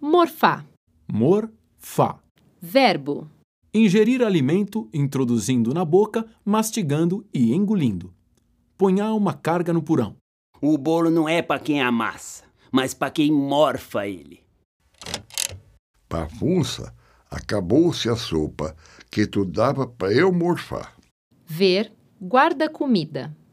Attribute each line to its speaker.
Speaker 1: Morfar.
Speaker 2: Morfar.
Speaker 1: Verbo.
Speaker 2: Ingerir alimento introduzindo na boca, mastigando e engolindo. Ponhar uma carga no purão.
Speaker 3: O bolo não é para quem amassa, mas para quem morfa ele.
Speaker 4: Pafunça, acabou-se a sopa que tu dava para eu morfar.
Speaker 1: Ver. Guarda comida.